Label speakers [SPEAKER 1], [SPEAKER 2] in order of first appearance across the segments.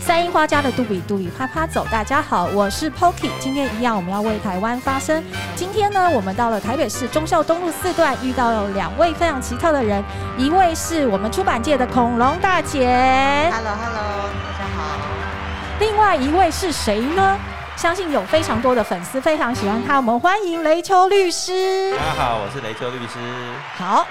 [SPEAKER 1] 三樱花家的杜比杜比啪啪走，大家好，我是 Poki。今天一样，我们要为台湾发声。今天呢，我们到了台北市忠孝东路四段，遇到了两位非常奇特的人，一位是我们出版界的恐龙大姐，
[SPEAKER 2] Hello Hello，大家好。
[SPEAKER 1] 另外一位是谁呢？相信有非常多的粉丝非常喜欢她，我们欢迎雷秋律师
[SPEAKER 3] 大。家好，我是雷秋律师。
[SPEAKER 1] 好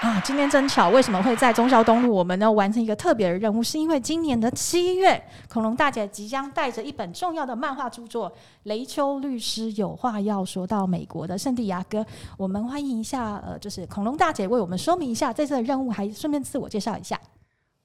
[SPEAKER 1] 啊，今天真巧，为什么会在忠孝东路？我们呢完成一个特别的任务，是因为今年的七月，恐龙大姐即将带着一本重要的漫画著作《雷秋律师有话要说》到美国的圣地亚哥。我们欢迎一下，呃，就是恐龙大姐为我们说明一下这次的任务，还顺便自我介绍一下。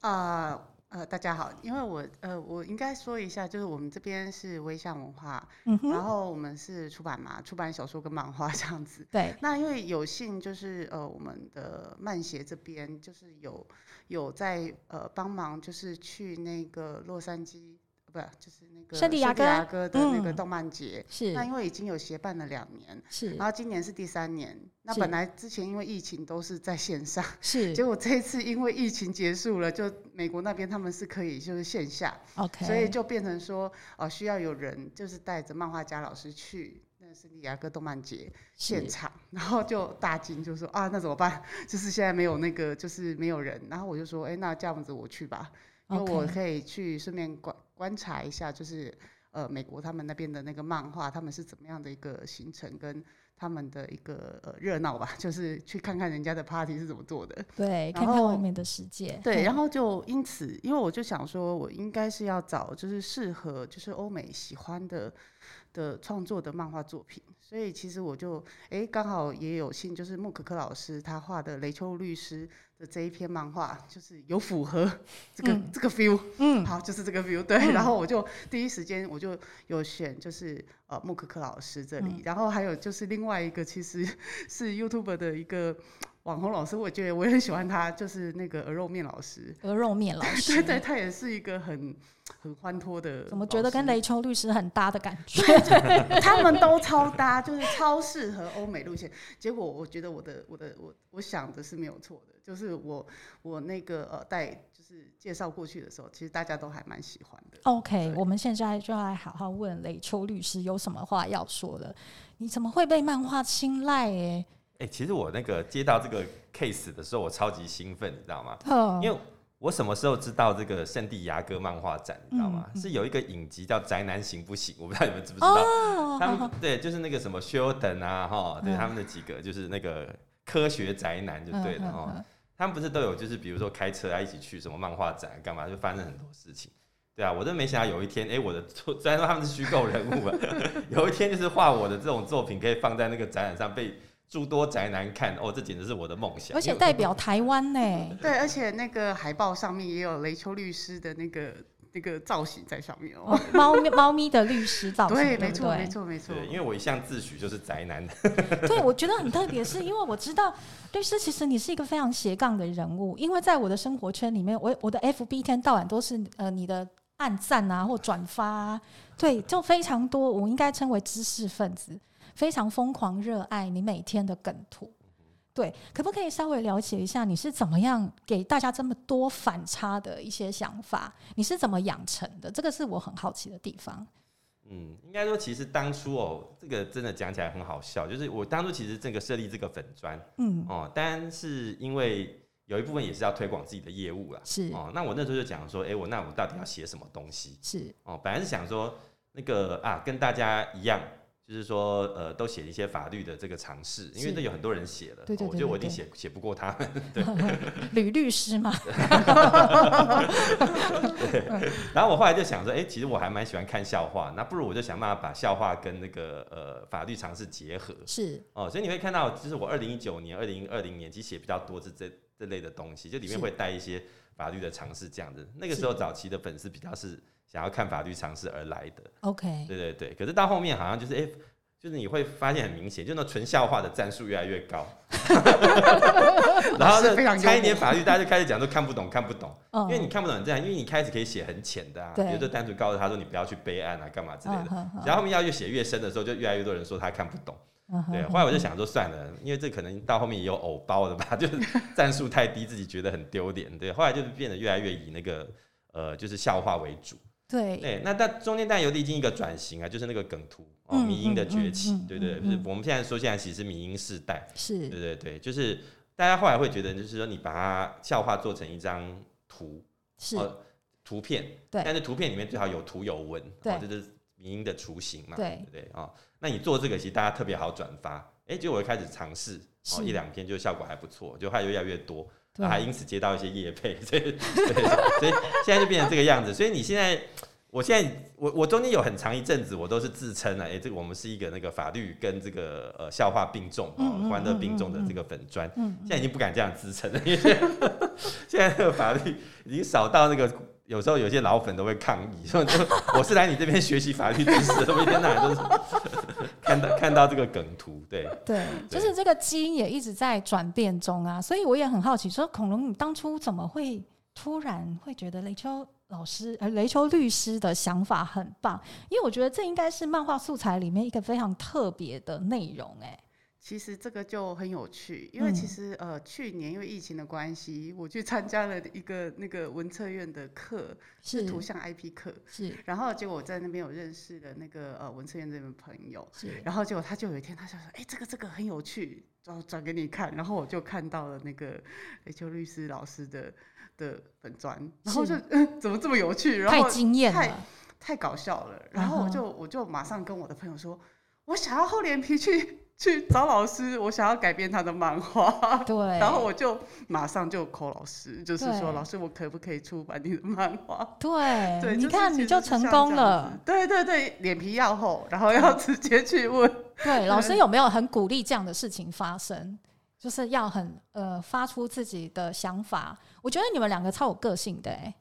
[SPEAKER 2] 呃呃，大家好，因为我呃，我应该说一下，就是我们这边是微象文化，
[SPEAKER 1] 嗯
[SPEAKER 2] 然
[SPEAKER 1] 哼，
[SPEAKER 2] 后我们是出版嘛，出 版小说跟漫画这样子。
[SPEAKER 1] 对，
[SPEAKER 2] 那因为有幸就是呃，我们的漫协这边就是有有在呃帮忙，就是去那个洛杉矶，不就是那个
[SPEAKER 1] 圣地亚哥
[SPEAKER 2] 的那个
[SPEAKER 1] 嗯
[SPEAKER 2] 动漫节。
[SPEAKER 1] 是
[SPEAKER 2] 那因为已经有协办了两年，
[SPEAKER 1] 是
[SPEAKER 2] 然后今年是第三年。那
[SPEAKER 1] 是
[SPEAKER 2] 本来之前因为疫情都是在线上。结
[SPEAKER 1] 是
[SPEAKER 2] 果这一次因为疫情结束了，就美国那边他们是可以就是线下，
[SPEAKER 1] ，OK，
[SPEAKER 2] 所以就变成说，呃，需要有人就是带着漫画家老师去那圣地亚哥动漫节现
[SPEAKER 1] 是
[SPEAKER 2] 场，然后就大惊就说啊，那怎么办？就是现在没有那个，就是没有人。然后我就说，哎、那这样子我去吧，因为我
[SPEAKER 1] OK
[SPEAKER 2] 可以去顺便观观察一下，就是呃美国他们那边的那个漫画，他们是怎么样的一个行程跟。他们的一个呃热闹吧，就是去看看人家的 party 是怎么做的。
[SPEAKER 1] 对，
[SPEAKER 2] 然
[SPEAKER 1] 看看
[SPEAKER 2] 后
[SPEAKER 1] 外面的世界，
[SPEAKER 2] 对，然
[SPEAKER 1] 后
[SPEAKER 2] 后就因此，因为我就想说，我应该是要找就是适合就是欧美喜欢的的创作的漫画作品，所以其实我就诶刚好也有幸，就是穆可可老师他画的《雷秋律师》的这一篇漫画，就是有符合这个、
[SPEAKER 1] 嗯
[SPEAKER 2] 这个 feel，
[SPEAKER 1] 嗯，
[SPEAKER 2] 好，就是这个 view 对。然后我就第一时间我就有选，就是呃穆可可老师这里，
[SPEAKER 1] 嗯
[SPEAKER 2] 然后还有就是另外一个其实 是 YouTube 的一个网红老师，我觉得我也很喜欢他，就是那个鹅肉面老师。
[SPEAKER 1] 鹅肉面老师，
[SPEAKER 2] 对对，他也是一个很很欢脱的老师。
[SPEAKER 1] 怎么觉得跟雷秋律师很搭的感 觉？
[SPEAKER 2] 他们都超搭，就是超适合欧美路线。结果我觉得我的我的我我想的是没有错的，就是我我那个呃带就是介绍过去的时候，其实大家都还蛮喜欢的。
[SPEAKER 1] OK，
[SPEAKER 2] 对
[SPEAKER 1] 我们现在就来好好问雷秋律师有什么话要说了。你怎么会被漫画青睐、欸？
[SPEAKER 3] 哎、其实我那个接到这个 case 的时候，我超级兴奋，你知道吗？
[SPEAKER 1] 哎，哦
[SPEAKER 3] 因为我什么时候知道这个圣地亚哥漫画展，你知道吗？
[SPEAKER 1] 嗯嗯
[SPEAKER 3] 是有一个影集叫《宅男行不行》，我不知道你们知不知道。
[SPEAKER 1] 哦，
[SPEAKER 3] 他
[SPEAKER 1] 好
[SPEAKER 3] 们
[SPEAKER 1] 好
[SPEAKER 3] 对，就是那个什么休等啊，哈，对、
[SPEAKER 1] 嗯
[SPEAKER 3] 他们的几个就是那个科学宅男就对了
[SPEAKER 1] 嗯
[SPEAKER 3] 哈。
[SPEAKER 1] 嗯嗯
[SPEAKER 3] 他们不是都有就是比如说开车啊一起去什么漫画展啊干嘛，就发生很多事情。对啊，我真没想到有一天，哎、我的作虽然说他们是虚构人物啊， 有一天就是画我的这种作品可以放在那个展览上被诸多宅男看，哦，这简直是我的梦想。
[SPEAKER 1] 而且
[SPEAKER 3] 因为
[SPEAKER 1] 代表台湾欸呢、
[SPEAKER 2] 对，而且那个海报上面也有雷秋律师的那个那个造型在上面哦。
[SPEAKER 1] 哦猫咪猫咪的律师造型，
[SPEAKER 2] 对，
[SPEAKER 1] 对
[SPEAKER 2] 没
[SPEAKER 1] 不
[SPEAKER 2] 错，
[SPEAKER 1] 对
[SPEAKER 2] 没错，没错。哦
[SPEAKER 3] 对，因为我一向自诩就是宅男，
[SPEAKER 1] 对，我觉得很特别，是因为我知道律师其实你是一个非常斜杠的人物，因为在我的生活圈里面，我我的 FB 一天到晚都是呃你的暗赞啊或转发、啊，对，就非常多，我应该称为知识分子，非常疯狂热爱你每天的梗图。对，可不可以稍微了解一下你是怎么样给大家这么多反差的一些想法？你是怎么养成的？这个是我很好奇的地方。
[SPEAKER 3] 嗯，应该说，其实当初哦，这个真的讲起来很好笑，就是我当初其实这个设立这个粉砖
[SPEAKER 1] 嗯，
[SPEAKER 3] 哦，但是因为有一部分也是要推广自己的业务啦。
[SPEAKER 1] 是
[SPEAKER 3] 哦，那我那时候就讲说，哎、我那我到底要写什么东西？
[SPEAKER 1] 是，
[SPEAKER 3] 哦，本来是想说那个啊，跟大家一样，就是说呃，都写一些法律的这个尝试，因为
[SPEAKER 1] 是
[SPEAKER 3] 这有很多人写了，
[SPEAKER 1] 对对
[SPEAKER 3] 哦我
[SPEAKER 1] 对
[SPEAKER 3] 觉得
[SPEAKER 1] 对
[SPEAKER 3] 我一定
[SPEAKER 1] 对
[SPEAKER 3] 写写不过他们。
[SPEAKER 1] 吕律师嘛，
[SPEAKER 3] 然后我后来就想说，哎、其实我还蛮喜欢看笑话，那不如我就想办法把笑话跟那个呃法律尝试结合。
[SPEAKER 1] 是
[SPEAKER 3] 哦，所以你会看到，就是我二零一九年、二零二零年其实写比较多是这这类的东西，就里面
[SPEAKER 1] 是
[SPEAKER 3] 会带一些法律的常识这样子。那个
[SPEAKER 1] 是
[SPEAKER 3] 时候早期的粉丝比较是想要看法律常识而来的，
[SPEAKER 1] OK，
[SPEAKER 3] 对对对。可是到后面好像就是哎、就是你会发现很明显，就那纯笑话的战术越来越 高，然后
[SPEAKER 2] 是非常幽默
[SPEAKER 3] 呢，差一点法律大家就开始讲说看不懂，看不懂，
[SPEAKER 1] 嗯
[SPEAKER 3] 因为你看不懂你这样，因为你开始可以写很浅的啊，比
[SPEAKER 1] 对
[SPEAKER 3] 如就单纯告诉他说你不要去备案啊，干嘛之类的。
[SPEAKER 1] 嗯哼
[SPEAKER 3] 然后后面要越写越深的时候，就越来越多人说他看不懂。
[SPEAKER 1] 嗯哼
[SPEAKER 3] 对，后来我就想说算了，因为这可能到后面也有偶包的吧， 就是战术太低，自己觉得很丢脸。对，后来就是变得越来越以那个呃，就是笑话为主。
[SPEAKER 1] 对，
[SPEAKER 3] 对，那但中间但有历经一个转型啊，就是那个梗图哦，
[SPEAKER 1] 嗯
[SPEAKER 3] 迷音的
[SPEAKER 1] 嗯
[SPEAKER 3] 崛
[SPEAKER 1] 嗯
[SPEAKER 3] 起，
[SPEAKER 1] 嗯
[SPEAKER 3] 对对，
[SPEAKER 1] 嗯
[SPEAKER 3] 就是
[SPEAKER 1] 嗯
[SPEAKER 3] 我们现在说现在其实是迷音世代，对
[SPEAKER 1] 是，
[SPEAKER 3] 对对，就是大家后来会觉得，就是说你把它笑话做成一张图，
[SPEAKER 1] 是，
[SPEAKER 3] 哦图片，
[SPEAKER 1] 对
[SPEAKER 3] 但是图片里面最好有图有文，
[SPEAKER 1] 对
[SPEAKER 3] 哦这就是民音的雏形嘛，
[SPEAKER 1] 对
[SPEAKER 3] 不对啊、哦？那你做这个，其实大家特别好转发，哎，结果我开始尝试，哦，
[SPEAKER 1] 是
[SPEAKER 3] 一两天就效果还不错，就还越来越多，
[SPEAKER 1] 对
[SPEAKER 3] 那还啊因此接到一些业配，所以对所以现在就变成这个样子，所以你现在。我现在，我我中间有很长一阵子，我都是自称啊，哎、这个我们是一个那个法律跟这个呃笑话并重
[SPEAKER 1] 嗯
[SPEAKER 3] 哦
[SPEAKER 1] 嗯，
[SPEAKER 3] 欢乐
[SPEAKER 1] 嗯
[SPEAKER 3] 并重的
[SPEAKER 1] 嗯
[SPEAKER 3] 这个粉砖，
[SPEAKER 1] 嗯，
[SPEAKER 3] 现在已经不敢这样自称了，因为现在现在那个法律已经少到那个，有时候有些老粉都会抗议，说就我是来你这边学习法律知识的，我一天到晚都是看到看到这个梗图，对，
[SPEAKER 1] 对，就
[SPEAKER 3] 对
[SPEAKER 1] 是这个基因也一直在转变中啊，所以我也很好奇，说恐龙你当初怎么会突然会觉得雷秋老师呃雷秋律师的想法很棒？因为我觉得这应该是漫画素材里面一个非常特别的内容、哎，
[SPEAKER 2] 其实这个就很有趣，因为其
[SPEAKER 1] 嗯
[SPEAKER 2] 实、呃，去年因为疫情的关系，我去参加了一个那个文策院的课，
[SPEAKER 1] 是
[SPEAKER 2] 图像 IP 课，
[SPEAKER 1] 是
[SPEAKER 2] 然后结果我在那边有认识了那个呃文策院这边的朋友，
[SPEAKER 1] 是，
[SPEAKER 2] 然后结果他就有一天他就说，哎、这个这个很有趣，然后转给你看，然后我就看到了那个雷秋律师老师的的粉砖，然后就、
[SPEAKER 1] 是
[SPEAKER 2] 嗯、怎么这么有趣，然
[SPEAKER 1] 太
[SPEAKER 2] 后
[SPEAKER 1] 惊艳
[SPEAKER 2] 太
[SPEAKER 1] 了，
[SPEAKER 2] 太搞笑了，然后
[SPEAKER 1] 啊哈
[SPEAKER 2] 我就、我就马上跟我的朋友说，我想要厚脸皮去去找老师，我想要改编他的漫画。
[SPEAKER 1] 对，
[SPEAKER 2] 然后我就马上就 call 老师，就是
[SPEAKER 1] 对
[SPEAKER 2] 说老师，我可不可以出版你的漫画？
[SPEAKER 1] 对，
[SPEAKER 2] 对，
[SPEAKER 1] 你
[SPEAKER 2] 就是
[SPEAKER 1] 看
[SPEAKER 2] 其
[SPEAKER 1] 你
[SPEAKER 2] 实
[SPEAKER 1] 就是成
[SPEAKER 2] 像
[SPEAKER 1] 功
[SPEAKER 2] 这样
[SPEAKER 1] 了
[SPEAKER 2] 子。。对对对，脸皮要厚，然后要直接去问。
[SPEAKER 1] 对，老师有没有很鼓励这样的事情发生？就是要很呃发出自己的想法。我觉得你们两个超有个性的、欸，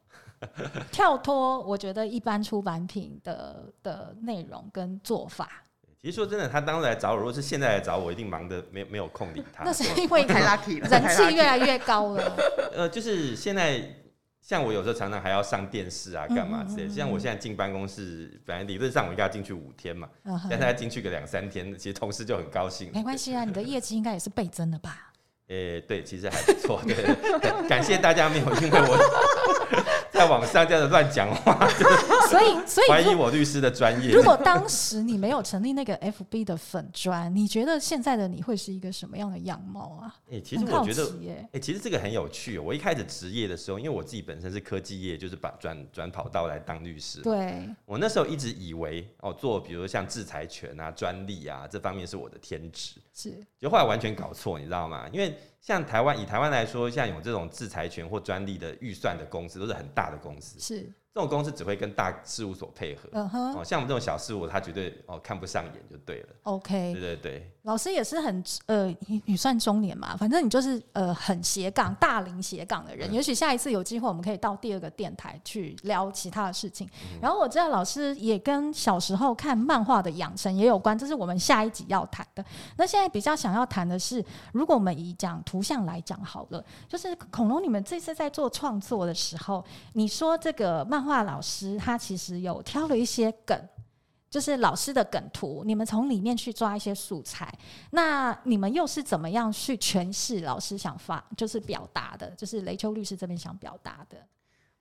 [SPEAKER 1] 跳脱我觉得一般出版品的的内容跟做法，
[SPEAKER 3] 其实说真的，他当时来找我，如果是现在来找我，一定忙得没有没有空理他
[SPEAKER 1] 那，是因为你
[SPEAKER 2] 太 lucky 了，
[SPEAKER 1] 人
[SPEAKER 2] 太
[SPEAKER 1] 气
[SPEAKER 2] lucky
[SPEAKER 1] 越
[SPEAKER 2] 了
[SPEAKER 1] 来越高 了。
[SPEAKER 3] 呃，就是现在。像我有时候常常还要上电视啊，干嘛
[SPEAKER 1] 嗯嗯
[SPEAKER 3] 之类的。
[SPEAKER 1] 嗯
[SPEAKER 3] 像我
[SPEAKER 1] 嗯
[SPEAKER 3] 现在进办公室，本来理论上我应该要进去五天嘛，
[SPEAKER 1] 嗯哼
[SPEAKER 3] 但大家进去个两三天，其实同事就很高兴了。
[SPEAKER 1] 没关系啊，你的业绩应该也是倍增的 吧？
[SPEAKER 3] 诶、对，其实还不错，对，感感谢大家没有因为 我在网上这样的乱讲话，
[SPEAKER 1] 所以，所
[SPEAKER 3] 怀
[SPEAKER 1] 以
[SPEAKER 3] 疑
[SPEAKER 1] 如
[SPEAKER 3] 我律师的专业
[SPEAKER 1] 如。果当时你没有成立那个 FB 的粉砖，你觉得现在的你会是一个什么样的样貌啊？
[SPEAKER 3] 诶、其实
[SPEAKER 1] 很
[SPEAKER 3] 我
[SPEAKER 1] 好
[SPEAKER 3] 觉得，诶、
[SPEAKER 1] 奇耶、
[SPEAKER 3] 其实这个很有趣哦、我一开始职业的时候，因为我自己本身是科技业，就是把转转跑道来当律师。
[SPEAKER 1] 对，
[SPEAKER 3] 我那时候一直以为，哦，做比如像制裁权啊、专利啊这方面是我的天职。
[SPEAKER 1] 是
[SPEAKER 3] 就后来完全搞错，你知道吗？因为像台湾以台湾来说，像有这种制裁权或专利的预算的公司，都是很大的公司。
[SPEAKER 1] 是，
[SPEAKER 3] 这种公司只会跟大事务所配合。
[SPEAKER 1] 嗯哼。
[SPEAKER 3] 哦，像我们这种小事物，他绝对哦看不上眼就对了。对
[SPEAKER 1] OK，
[SPEAKER 3] 对对，
[SPEAKER 1] 老师也是很呃，你你算中年嘛，反正你就是呃很斜杠、大龄斜杠的人。
[SPEAKER 3] 嗯
[SPEAKER 1] 也许下一次有机会，我们可以到第二个电台去聊其他的事情。
[SPEAKER 3] 嗯
[SPEAKER 1] 然后我知道老师也跟小时候看漫画的养成也有关，这是我们下一集要谈的。那现在比较想要谈的是，如果我们以讲图像来讲好了，就是恐龙，你们这次在做创作的时候，你说这个漫画老师他其实有挑了一些梗。就是老师的梗图，你们从里面去抓一些素材。那你们又是怎么样去诠释老师想发，就是表达的，就是雷秋律师这边想表达的？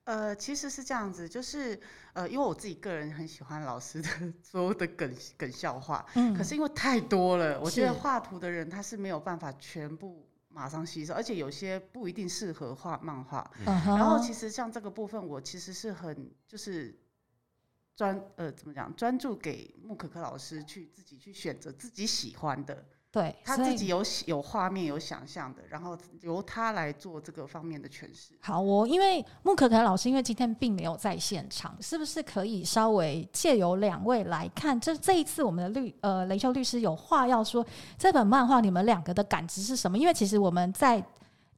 [SPEAKER 2] 呃，其实是这样子，就是呃，因为我自己个人很喜欢老师的 所有的梗梗笑话，
[SPEAKER 1] 嗯
[SPEAKER 2] 可是因为太多了，我觉得
[SPEAKER 1] 是
[SPEAKER 2] 画图的人他是没有办法全部马上吸收，而且有些不一定适合画漫画。
[SPEAKER 1] 嗯哼
[SPEAKER 2] 然后其实像这个部分，我其实是很就是专呃怎么讲，专注给木可可老师去自己去选择自己喜欢的，
[SPEAKER 1] 对，
[SPEAKER 2] 他
[SPEAKER 1] 所
[SPEAKER 2] 自
[SPEAKER 1] 以
[SPEAKER 2] 己有喜有画面有想象的，然后由他来做这个方面的诠释。
[SPEAKER 1] 好哦，因为穆可可老师因为今天并没有在现场，是不是可以稍微借由两位来看？这这一次我们的律呃雷秋律师有话要说，这本漫画你们两个的感知是什么？因为其实我们在。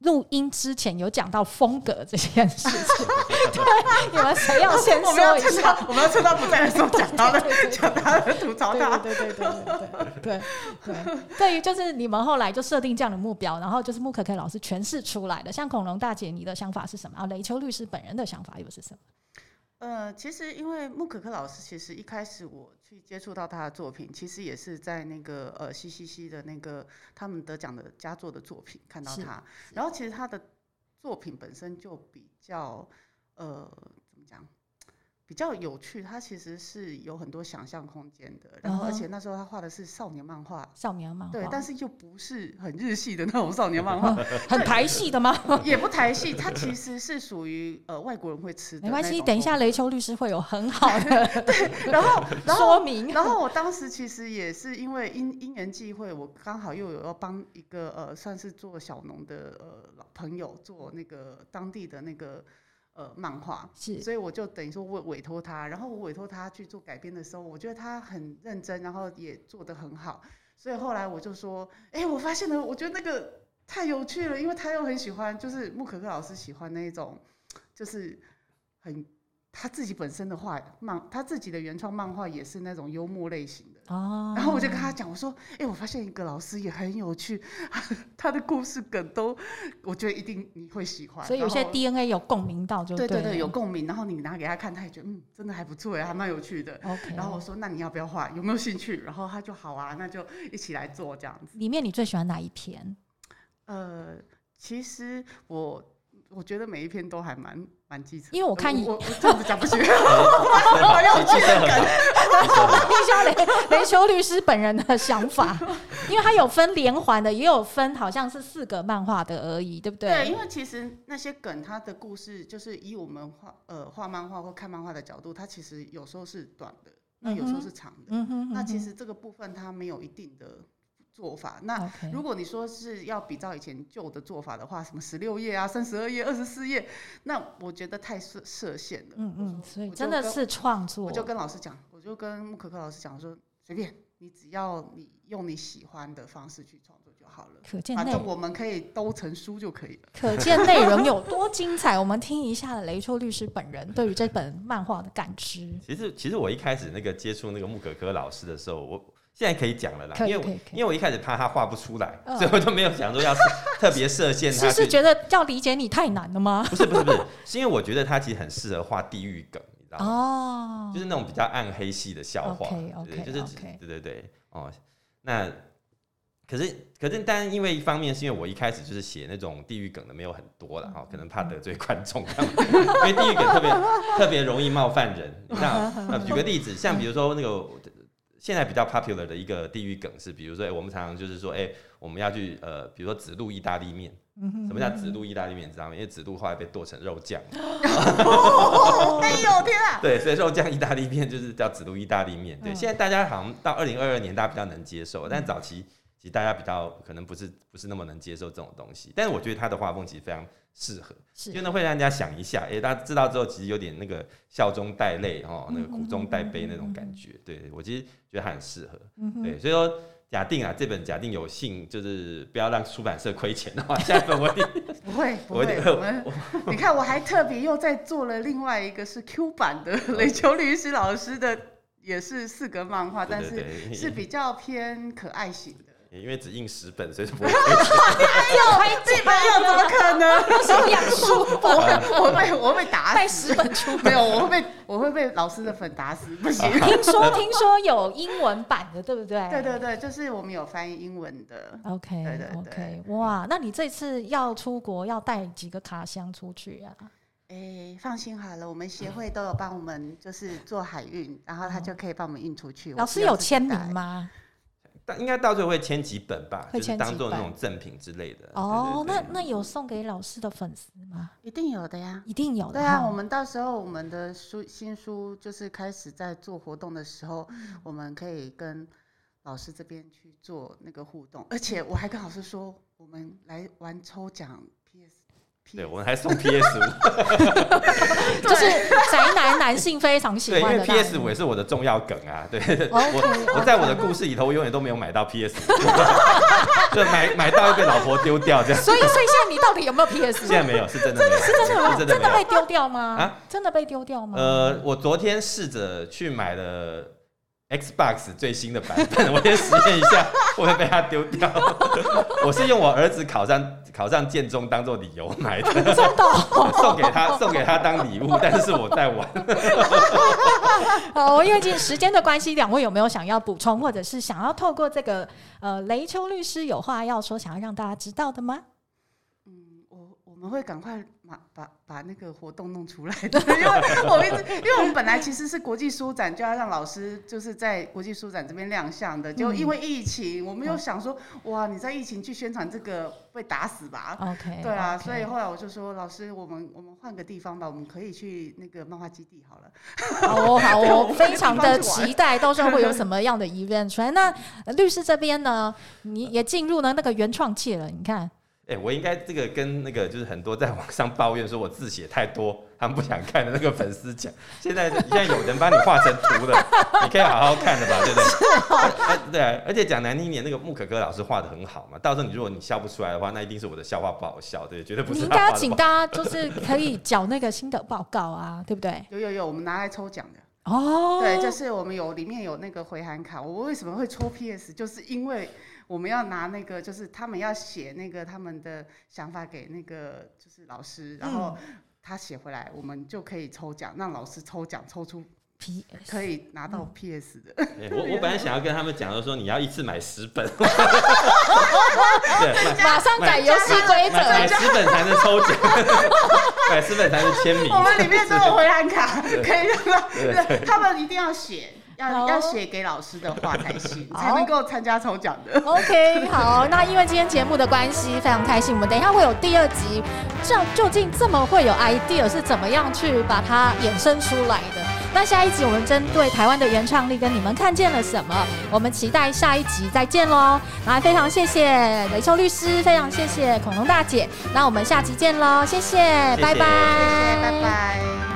[SPEAKER 1] 录音之前有讲到风格这件事情， 对，你们谁要先
[SPEAKER 2] 我们要
[SPEAKER 1] 说一
[SPEAKER 2] 趁
[SPEAKER 1] 下？
[SPEAKER 2] 他 我们要趁他不在的时候讲他 的
[SPEAKER 1] 对对对
[SPEAKER 2] 讲他的吐槽他。
[SPEAKER 1] 对对对对对对对 对。对于就是你们后来就设定这样的目标，然后就是穆可可老师诠释出来的。像恐龙大姐，你的想法是什么？啊，雷秋律师本人的想法又是什么？
[SPEAKER 2] 呃，其实因为木可可老师，其实一开始我去接触到他的作品，其实也是在那个呃西西西的那个他们得奖的佳作的作品看到
[SPEAKER 1] 是
[SPEAKER 2] 他，然后其实他的作品本身就比较呃怎么讲，比较有趣，它其实是有很多想象空间的。然后，
[SPEAKER 1] 嗯
[SPEAKER 2] 而
[SPEAKER 1] 哼哦
[SPEAKER 2] 且那时候他画的是少年漫画，
[SPEAKER 1] 少年漫画，
[SPEAKER 2] 对，但是又不是很日系的那种少 年漫画，
[SPEAKER 1] 很台戏的吗？
[SPEAKER 2] 也不台戏，它其实是属于呃外国人会吃的。
[SPEAKER 1] 没关系，等一下。雷秋律师会有很好的
[SPEAKER 2] 然后，然后
[SPEAKER 1] 说明。
[SPEAKER 2] 然后我当时其实也是因为因因缘际会，我刚好又有要帮一个呃算是做小农的呃老朋友做那个当地的那个呃漫画，
[SPEAKER 1] 嗯是
[SPEAKER 2] 所以我就等于说我委托他，然后我委托他去做改编的时候，我觉得他很认真，然后也做得很好，所以后来我就说，哎，我发现了，我觉得那个太有趣了，因为他又很喜欢，就是穆可可老师喜欢那一种，就是很。他自己本身的画漫，他自己的原创漫画也是那种幽默类型的。
[SPEAKER 1] 哦，
[SPEAKER 2] 然后我就跟他讲，我说：“哎、我发现一个老师也很有趣， 他的故事梗都，我觉得一定你会喜欢。”
[SPEAKER 1] 所以有些
[SPEAKER 2] 然后
[SPEAKER 1] DNA 有共鸣到就
[SPEAKER 2] 对
[SPEAKER 1] 对
[SPEAKER 2] 对对有共鸣，然后你拿给他看，他也觉得嗯，真的还不错哎，还蛮有趣的。
[SPEAKER 1] OK。
[SPEAKER 2] 然后我说：“那你要不要画？有没有兴趣？”然后他就好啊，那就一起来做这样子。
[SPEAKER 1] 里面你最喜欢哪一篇？
[SPEAKER 2] 呃，其实我我觉得每一篇都还蛮蛮基层的，
[SPEAKER 1] 因为我看
[SPEAKER 2] 我我这样子讲不 行，好有
[SPEAKER 3] 气
[SPEAKER 2] 趣
[SPEAKER 3] 色
[SPEAKER 2] 的
[SPEAKER 3] 很
[SPEAKER 2] 梗。
[SPEAKER 3] 好，
[SPEAKER 1] 必须要雷雷秋律师本人的想法，因为他有分连环的，也有分好像是四个漫画的而已，对不对？
[SPEAKER 2] 对，因为其实那些梗，它的故事就是以我们画呃画漫画或看漫画的角度，它其实有时候是短的，那有时候是长的。
[SPEAKER 1] 嗯哼，
[SPEAKER 2] 那其
[SPEAKER 1] 嗯
[SPEAKER 2] 实这个部分它没有一定的做法。那
[SPEAKER 1] 哼 OK，
[SPEAKER 2] 如果你说是要比照以前旧的做法的话，什么十六页啊、三十二页、二十四页，那我觉得太设设限了。
[SPEAKER 1] 嗯嗯，所以
[SPEAKER 2] 我就
[SPEAKER 1] 真的
[SPEAKER 2] 跟
[SPEAKER 1] 是创作，
[SPEAKER 2] 我就跟老师讲，我就跟木可可老师讲我说，随便你，只要你用你喜欢的方式去创作就好了，
[SPEAKER 1] 可见
[SPEAKER 2] 反
[SPEAKER 1] 内
[SPEAKER 2] 正我们可以都成书就可以了。
[SPEAKER 1] 可见内容有多精彩。我们听一下雷秋律师本人对于这本漫画的感知。
[SPEAKER 3] 其实其实我一开始那个接触那个木可可老师的时候，我现在可以讲了啦，
[SPEAKER 1] 可以
[SPEAKER 3] 因为我
[SPEAKER 1] 可以可以
[SPEAKER 3] 因为我一开始怕他画不出来，
[SPEAKER 1] 嗯
[SPEAKER 3] 所以我就没有想说要特别设限他
[SPEAKER 1] 是
[SPEAKER 3] 去
[SPEAKER 1] 是觉得要理解你太难了吗？
[SPEAKER 3] 不是不是不是，是因为我觉得他其实很适合画地狱梗，你知道吗？
[SPEAKER 1] 哦
[SPEAKER 3] 就，是那种比较暗黑系的笑话
[SPEAKER 1] OK，OK，
[SPEAKER 3] 对，就是
[SPEAKER 1] OK
[SPEAKER 3] 对对对，哦，那可是可是，但因为一方面是因为我一开始就是写那种地狱梗的没有很多啦，哦，可能怕得罪观众， 因为地狱梗特别特别容易冒犯人。那那举个例子，像比如说那个。现在比较 popular 的一个地狱梗是，比如说、哎我们常常就是说，哎、我们要去呃，比如说指路意大利面，
[SPEAKER 1] 嗯
[SPEAKER 3] 什么叫指路意大利面？你知道吗？因为指路后来被剁成肉酱，
[SPEAKER 1] 哦
[SPEAKER 2] 哎呦天啊！
[SPEAKER 3] 对，所以肉酱意大利面就是叫紫露意大利面。对，
[SPEAKER 1] 嗯
[SPEAKER 3] 现在大家好像到二零二二年，大家比较能接受，
[SPEAKER 2] 嗯
[SPEAKER 3] 但早期其实大家比较可能不是不是那么能接受这种东西。但是我觉得他的画风其实非常适合，
[SPEAKER 1] 是
[SPEAKER 3] 就那会让人家想一下，诶，大家知道之后其实有点那个笑中带泪哦，那个苦中带悲那种感
[SPEAKER 2] 嗯
[SPEAKER 3] 觉。对我其实觉得他很适合。对，所以说。假定啊，这本假定有幸就是不要让出版社亏钱的话，下一本我一定
[SPEAKER 2] 不会不
[SPEAKER 3] 我一
[SPEAKER 2] 会，
[SPEAKER 3] 定
[SPEAKER 2] 我们你看，我还特别又在做了另外一个是 Q 版的雷秋律师老师的，也是四格漫画， 但
[SPEAKER 3] 对
[SPEAKER 2] 是
[SPEAKER 3] 对
[SPEAKER 2] 是
[SPEAKER 3] 对
[SPEAKER 2] 比较偏可爱型的。
[SPEAKER 3] 因，因为只印十本，所以就不会
[SPEAKER 2] 哎
[SPEAKER 1] 还这
[SPEAKER 2] 没有，怎么可能？
[SPEAKER 1] 是养 书，
[SPEAKER 2] 我会我会我会被打
[SPEAKER 1] 带
[SPEAKER 2] 死，
[SPEAKER 1] 十本出
[SPEAKER 2] 没有，我会被我会被老师的粉打死，不行。
[SPEAKER 1] 听说听说有英文版的，对不对？
[SPEAKER 2] 对对对，就是我们有翻译英文的，
[SPEAKER 1] OK
[SPEAKER 2] 对对
[SPEAKER 1] OK，哇，那你这次要出国要带几个卡箱出去啊？
[SPEAKER 2] 哎，放心好了，我们协会都有帮我们就是做海运，然后他就可以帮我们运出去。
[SPEAKER 1] 老师有签名？吗？
[SPEAKER 3] 但应该到最后会签几本吧，
[SPEAKER 1] 会
[SPEAKER 3] 就是
[SPEAKER 1] 签
[SPEAKER 3] 当
[SPEAKER 1] 几
[SPEAKER 3] 做那
[SPEAKER 1] 本
[SPEAKER 3] 种赠品之类的。
[SPEAKER 2] 呃
[SPEAKER 1] 哦，
[SPEAKER 3] 对
[SPEAKER 1] 那
[SPEAKER 3] 对对
[SPEAKER 1] 那有送给老师的粉丝吗？
[SPEAKER 2] 一定有的呀。
[SPEAKER 1] 一定有的
[SPEAKER 2] 对啊，
[SPEAKER 1] 哈
[SPEAKER 2] 我们到时候我们的书新书就是开始在做活动的时候，我们可以跟老师这边去做那个互动，而且我还跟老师说，我们来玩抽奖 PS。
[SPEAKER 3] 对我们还送 PS 五，
[SPEAKER 1] 就是 宅男男性非常 喜
[SPEAKER 3] 对，因
[SPEAKER 1] 欢
[SPEAKER 3] 为
[SPEAKER 1] 的哦
[SPEAKER 3] PS 五也是我的重要梗啊。对，
[SPEAKER 1] OK，
[SPEAKER 3] 我我在我的故事里头，我永远都没有买到 PS 五， 就买买到又被老婆丢掉这样。
[SPEAKER 1] 所以，所以现在你到底有没有 PS？
[SPEAKER 3] 现在没有，是真的没有，是
[SPEAKER 1] 真的吗？
[SPEAKER 3] 真
[SPEAKER 1] 真
[SPEAKER 3] 的没
[SPEAKER 1] 的被
[SPEAKER 3] 有。
[SPEAKER 1] 丢掉吗？
[SPEAKER 3] 啊
[SPEAKER 1] 真的被丢掉吗？
[SPEAKER 3] 呃，我昨天试着去买了 Xbox 最新的版本，我先实验一下会不会被它丢 掉。我是用我儿子考上考上建中当做理由买 的，
[SPEAKER 1] 真的哦
[SPEAKER 3] 送给他送给他当礼物，但是我在玩。
[SPEAKER 1] 哦，因为今时间的关系，两位有没有想要补充，或者是想要透过这个呃雷秋律师有话要说，想要让大家知道的吗？
[SPEAKER 2] 嗯，我我们会赶快把把把那个活动弄出来的，因为我一直，因为我们本来其实是国际书展就要让老师就是在国际书展这边亮相的，结果因为疫情，我们又想说，哇，你在疫情去宣传这个被打死吧？
[SPEAKER 1] OK，
[SPEAKER 2] 对啊，
[SPEAKER 1] 哎 OK
[SPEAKER 2] 所以后来我就说，老师，我们我们换个地方吧，我们可以去那个漫画基地好了。
[SPEAKER 1] 好哦，好哦，
[SPEAKER 2] 对
[SPEAKER 1] 非常
[SPEAKER 2] 我
[SPEAKER 1] 的
[SPEAKER 2] 们去玩
[SPEAKER 1] 期待，到时候会有什么样的 event 出来？那呃律师这边呢，你也进入了那个原创界了，你看，
[SPEAKER 3] 哎、我应该这个跟那个就是很多在网上抱怨说我字写太多，他们不想看的那个粉丝讲，现在现在有人帮你画成图了，你可以好好看了吧，对不
[SPEAKER 1] 哦
[SPEAKER 3] 对？啊对啊，而且讲难听一点，那个木可可老师画的很好嘛，到时候你如果你笑不出来的话，那一定是我的笑话不好笑，对，绝对不
[SPEAKER 1] 你
[SPEAKER 3] 是
[SPEAKER 1] 应
[SPEAKER 3] 他
[SPEAKER 1] 该
[SPEAKER 3] 画
[SPEAKER 1] 要
[SPEAKER 3] 的
[SPEAKER 1] 请
[SPEAKER 3] 不好。
[SPEAKER 1] 大家就是可以缴那个新的报告啊，对不对？
[SPEAKER 2] 有有有，我们拿来抽奖的。
[SPEAKER 1] 哦，
[SPEAKER 2] 对，就是我们有里面有那个回函卡。我为什么会抽 PS，就是因为我们要拿那个，就是他们要写那个他们的想法给那个就是老师，然后他写回来，我们就可以抽奖，让老师抽奖抽出
[SPEAKER 1] P
[SPEAKER 2] 可以拿到 PS 的。
[SPEAKER 3] 哎我我本来想要跟他们讲的说，你要一次买十本， 对，买
[SPEAKER 1] 马上改游戏规则，
[SPEAKER 3] 买买十本才能抽奖， 买十本才能 签名。
[SPEAKER 2] 我们里面都有回函卡，可
[SPEAKER 3] 对
[SPEAKER 2] 以让他
[SPEAKER 3] 对
[SPEAKER 2] 对他们一定要写，要
[SPEAKER 1] 好
[SPEAKER 2] 要写给老师的话才行，
[SPEAKER 1] 好
[SPEAKER 2] 才能够参加抽奖的。
[SPEAKER 1] OK，好，那因为今天节目的关系，非常开心。我们等一下会有第二集，这究竟这么会有 idea 是怎么样去把它衍生出来的？那下一集我们针对台湾的原创力跟你们看见了什么，我们期待下一集再见喽。那非常谢谢雷秋律师，非常谢谢恐龙大姐，那我们下集见喽，谢谢，
[SPEAKER 3] 谢
[SPEAKER 1] 拜拜，
[SPEAKER 2] 谢谢，拜拜。